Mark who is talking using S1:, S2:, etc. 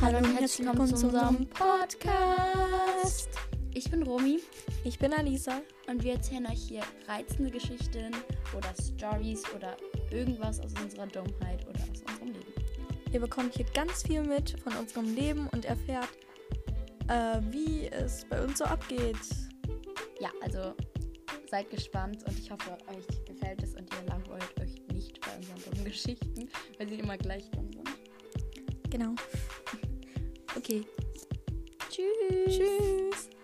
S1: Hallo und herzlich willkommen zu unserem Podcast. Ich bin Romy
S2: Ich bin Alisa.
S1: und wir erzählen euch hier reizende Geschichten oder Stories oder irgendwas aus unserer Dummheit oder aus unserem Leben.
S2: Ihr bekommt hier ganz viel mit von unserem Leben und erfährt, äh, wie es bei uns so abgeht.
S1: Ja, also seid gespannt und ich hoffe, euch gefällt es und ihr langweilt euch nicht bei unseren dummen Geschichten, weil sie immer gleich dumm sind.
S2: Genau.
S1: Okay. Tschüss.
S2: Tschüss.